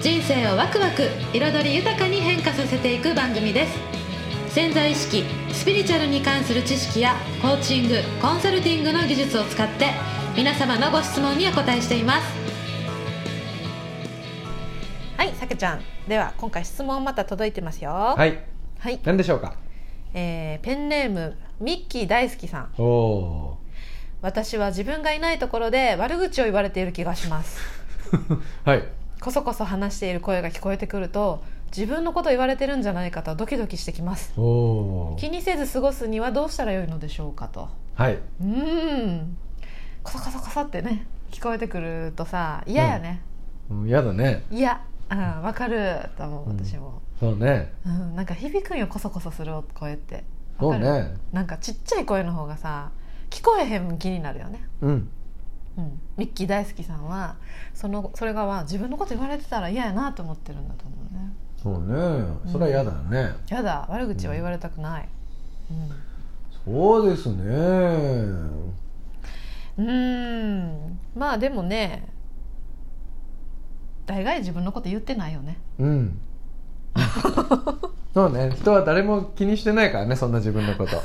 人生をワクワク彩り豊かに変化させていく番組です潜在意識スピリチュアルに関する知識やコーチングコンサルティングの技術を使って皆様のご質問にお答えしていますはいさけちゃんでは今回質問また届いてますよはいはい何でしょうかえーペンネームミッキー大好きさんおお私は自分がいないところで悪口を言われている気がしますーはいこそこそ話している声が聞こえてくると自分のこと言われてるんじゃないかとドキドキしてきますおお気にせず過ごすにはどうしたらよいのでしょうかとはいうーんこそこそこそってね聞こえてくるとさ嫌やねうんやだね嫌うんわかると思う私も、そうねうん、なんか響くんよこそこそする声ってそわうかるねなんかちっちゃい声の方がさ聞こえへん気になるよねうんうん、ミッキー大好きさんはそのそれがは自分のこと言われてたら嫌やなと思ってるんだと思うねそうねそれはやだね、やだ悪口は言われたくないそうですねうん,、ん、まあでもね大概自分のこと言ってないよねうん そうね人は誰も気にしてないからねそんな自分のこと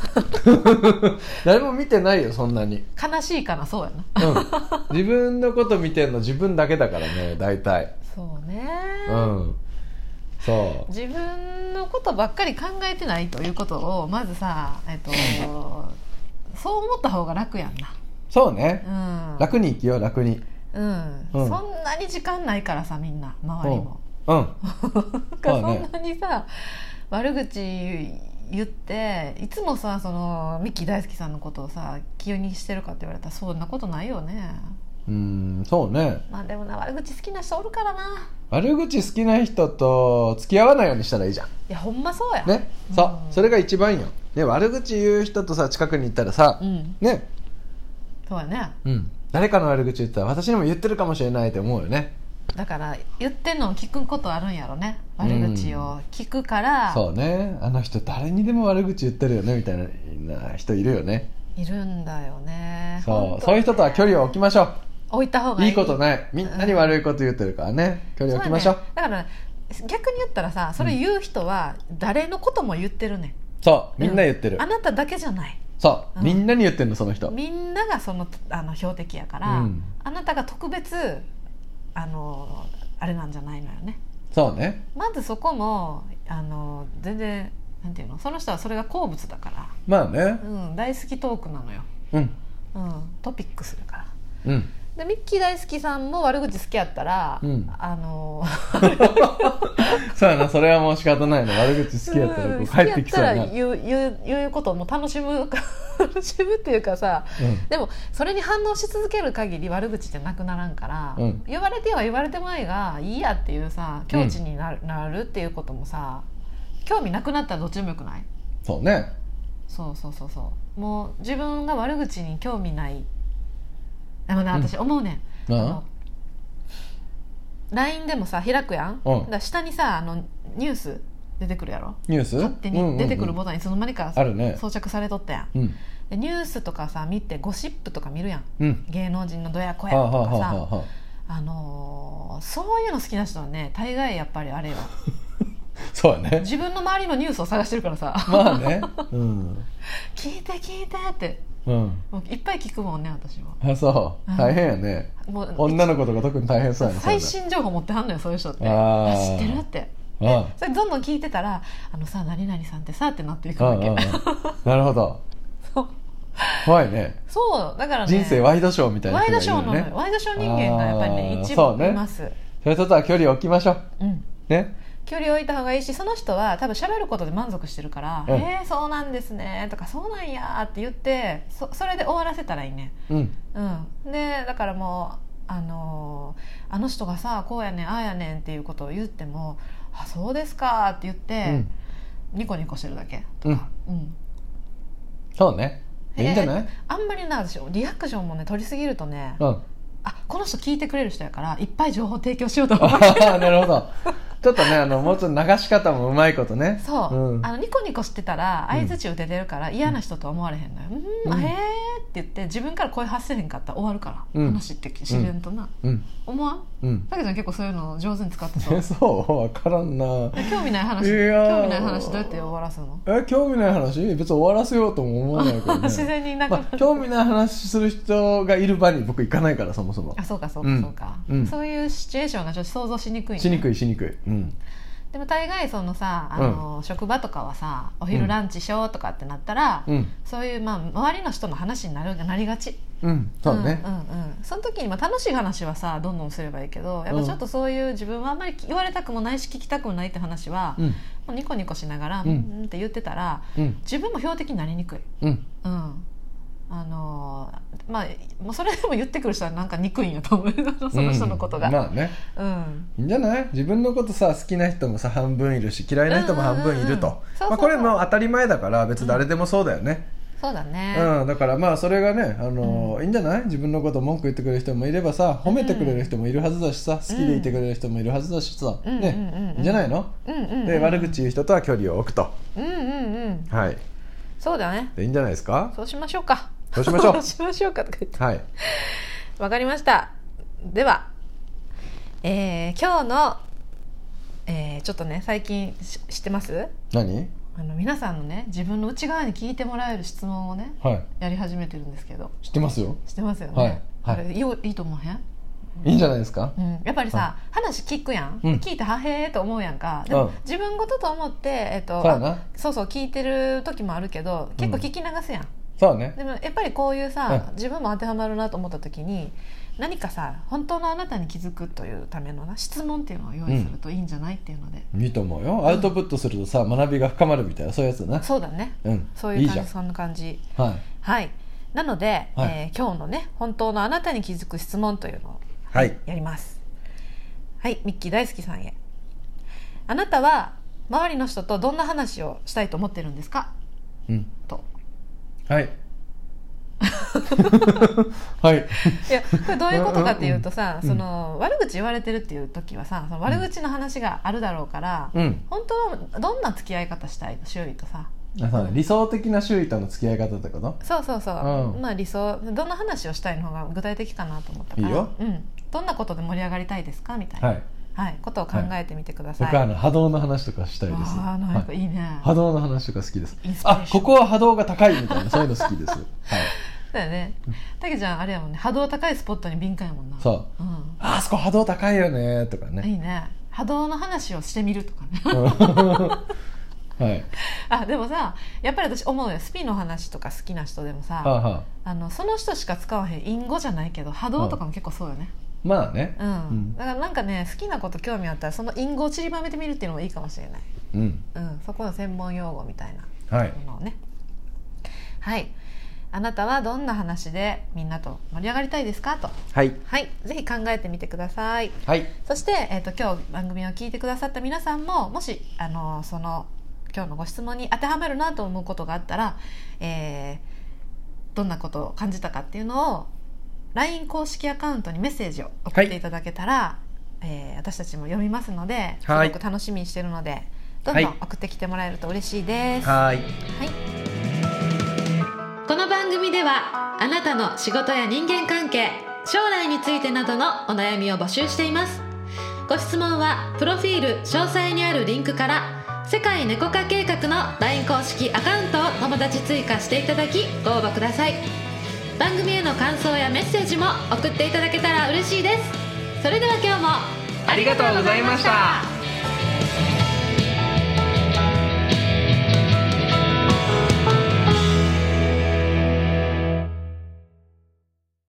誰も見てないよそんなに悲しいかなそうやなうん、自分のこと見てんの自分だけだからね大体そうね、うんそ自分のことばっかり考えてないということをまずさえっとそう思った方が楽やんなうそうねうん楽に生きよう楽にうん、うんそんなに時間ないからさみんな周りも、うんかそうねそんなにさ、悪口言っていつもさそのミッキー大好きさんのことをさ急にしてるかって言われたらそんなことないよねうんそうねまあでもな悪口好きな人おるからな悪口好きな人と付き合わないようにしたらいいじゃんいやほんまそうやねそううんそれが一番よ、ね、悪口言う人とさ近くに行ったらさ、うんねそうやねうん誰かの悪口言ったら私にも言ってるかもしれないって思うよねだから言ってんのを聞くことあるんやろね悪口を聞くから、そうねあの人誰にでも悪口言ってるよねみたいな人いるよねいるんだよねそ本う当そういう人とは距離を置きましょう置いた方がいいいいことないみんなに悪いこと言ってるからね距離置きましょうそうやねだから逆に言ったらさそれ言う人は誰のことも言ってるね、そう,、みんな言ってるあなただけじゃないそう、うんみんなに言ってるのその人みんながそのあの標的やから、うんあなたが特別あのあれなんじゃないのよねそうねまずそこもあの全然なんていうのその人はそれが好物だかまあねら、うん、大好きトークなのよ、うんうん、トピックするからうんでミッキー大好きさんも悪口好きやったら、うんあのそうやなそれはもう仕方ないの悪口好きやったらうこんう好き帰やっってきそたうやらな、うん、言う言う言うことも楽しむ 楽しむっていうかさでもそれに反応し続ける限り悪口ってなくならんから、うん言われては言われてまいがいいやっていうさ境地になる,、なるっていうこともさ興味なくなったらどっちでもよくないそうねそうそうそうそうもう自分が悪口に興味ないでもな私思うねん、うあんの LINE でもさ開くやん、うんだから下にさあのニュース出てくるやろニュース勝手に出てくるもボタンいつの間にかあるね装着されとったやん、うんでニュースとかさ見てゴシップとか見るやんうん芸能人のどやこはやあ、とはかあはあさはああのーそういうの好きな人はね大概やっぱりあれよそうやね自分の周りのニュースを探してるからさまあ ねうん聞いて聞いてってうんもういっぱい聞くもんね私はあそううん大変やねもう女の子とか特に大変そうやね最新情報持ってはんのよそういう人ってあーあ知ってるってそうやねそれどんどん聞いてたら「あのさ何々さんってさ」ってなっていくうんうわんうんうけんなるほどそう怖いねそうだからね人生ワイドショーみたいなワイ人がいドシるョよーなのねよワイドショー人間がやっぱりあーね一そう部ねいますう、、それとは距離を置きましょうんね距離を置いた方がいいしその人は多分喋ることで満足してるから「うんへえそうなんですね」とか「そうなんや」って言ってそそれで終わらせたらいいねうんうんでだからもうあのあの人がさこうやねんああやねんっていうことを言っても「あそうですか」って言っうて、んニコニコしてるだけ、うんうん、そうねいいんじゃ ない、あんまりな私リアクションもね取りすぎるとね うんあこの人聞いてくれる人やからいっぱい情報提供しようと思うあなるほどちょっとねあのもうちょっと流し方もうまいことねそう、ん、あのニコニコしてたら相づち打ててるから、嫌な人とは思われへんのよ「うん、うんあへえ」って言って自分から声発せへんかったら終わるから、うん話って自然とな、うん思わんうんたけちゃん結構そういうの上手に使ってそうえ そうわからんな 興味ない話いやー興味ない話どうやって終わらすのえ興味ない話別に終わらせようとも思わないけどね自然にいなくなまる、あ、興味ない話する人がいる場に僕行かないからそもそもあそうかそうか、うんそうか、うんそういうシチュエーションがちょっと想像しにくいね、しにくいしにくい、うん、でも大概そのさあの、職場とかはさおう昼んランチしようとかってなったら、うんそういう、まあ、周りの人の話になるなりがちうんそうね、んうんうん、その時に、まあ、楽しい話はさどんどんすればいいけどやっぱちょっとそういう自分はあんまり言われたくもないし聞きたくもないって話は、うんもうニコニコしながら「ううんん」って言ってたらうん自分も標的になりにくい。うんうんあのーまあ、もうそれでも言ってくる人はなんか憎いんやと思う その人のことが、うんまあねうんいいんじゃない自分のことさ好きな人もさ半分いるし嫌いな人も半分いるうんうんとうんそうそうまあこれも当たり前だから別に誰でもそうだよね、そうだね、うん、だからまあそれがね、あのーいいんじゃない自分のことを文句言ってくれる人もいればさ褒めてくれる人もいるはずだしさ、好きでいてくれる人もいるはずだしさ、うんうんうんうんねいいんじゃないの、うんうんうんで悪口言う人とは距離を置くとうんうんうんはいそうだねでいいんじゃないですかそうしましょうかそうしましょう そうしましょうかとか言ってはいわかりました。では、えー今日の、えーちょっとね、最近し知ってます何あの皆さんのね、自分の内側に聞いてもらえる質問をね、はいやり始めてるんですけど、知ってますよ知ってますよね。はいはいあれいいよいいと思うへんいいんじゃないですかうん、やっぱりさ、話聞くやん、うん聞いてはへーと思うやんかでうもん自分事と思って、えっとそうやなあそうそう聞いてる時もあるけど結構聞き流すやん、そうねでもやっぱりこういうさ、うん自分も当てはまるなと思った時に何かさ本当のあなたに気づくというためのな質問っていうのを用意するといいんじゃないっていうので、いいと思うよアウトプットするとさ学びが深まるみたいなそういうやつだなそうだねうんそういいういじ感ゃじんそんな感じはいはいなので、はいえー今日のね本当のあなたに気づく質問というのをはいやりますはいミッキー大好きさんへあなたは周りの人とどんな話をしたいと思ってるんですかうんと はいはいいやこれどういうことかっていうとさ、うんその悪口言われてるっていう時はさその悪口の話があるだろうから、うん本当はどんな付き合い方したいの周囲とさあそうね理想的な周囲との付き合い方ってことそうそうそう、うんまあ理想どんな話をしたいの方が具体的かなと思ったからいいようん、どんなことで盛り上がりたいですかみたいな、ははいいことを考えてみてください、僕はあの波動の話とかしたいですあーなんかはいいね、波動の話とか好きですインスピレーあションここは波動が高いみたいなそういうの好きです はいだよねたけちゃんあれやもんね波動高いスポットに敏感やもんな、そうんああそこ波動高いよねとかねいいね波動の話をしてみるとかねうん はいあでもさやっぱり私思うよスピの話とか好きな人でもさはあはああのその人しか使わへん隠語じゃないけど波動とかも結構そうよね、まあねうんうんだからなんかね好きなこと興味あったらその隠語をちりばめてみるっていうのもいいかもしれない、うんうん、そこの専門用語みたいなはいものをねはいあなたはどんな話でみんなと盛り上がりたいですかとはいはいぜひ考えてみてくださいはいそして、えー、と今日番組を聞いてくださった皆さんももし、あのその今日のご質問に当てはめるなと思うことがあったら、えーどんなことを感じたかっていうのを LINE 公式アカウントにメッセージを送っていただけたら、えー私たちも読みますので、はいすごく楽しみにしてるのでどんどんはい送ってきてもらえると嬉しいです。はいはい、この番組ではあなたの仕事や人間関係将来についてなどのお悩みを募集していますご質問はプロフィール詳細にあるリンクから世界猫化計画の LINE 公式アカウントを友達追加していただきご応募ください番組への感想やメッセージも送っていただけたら嬉しいですそれでは今日もありがとうございました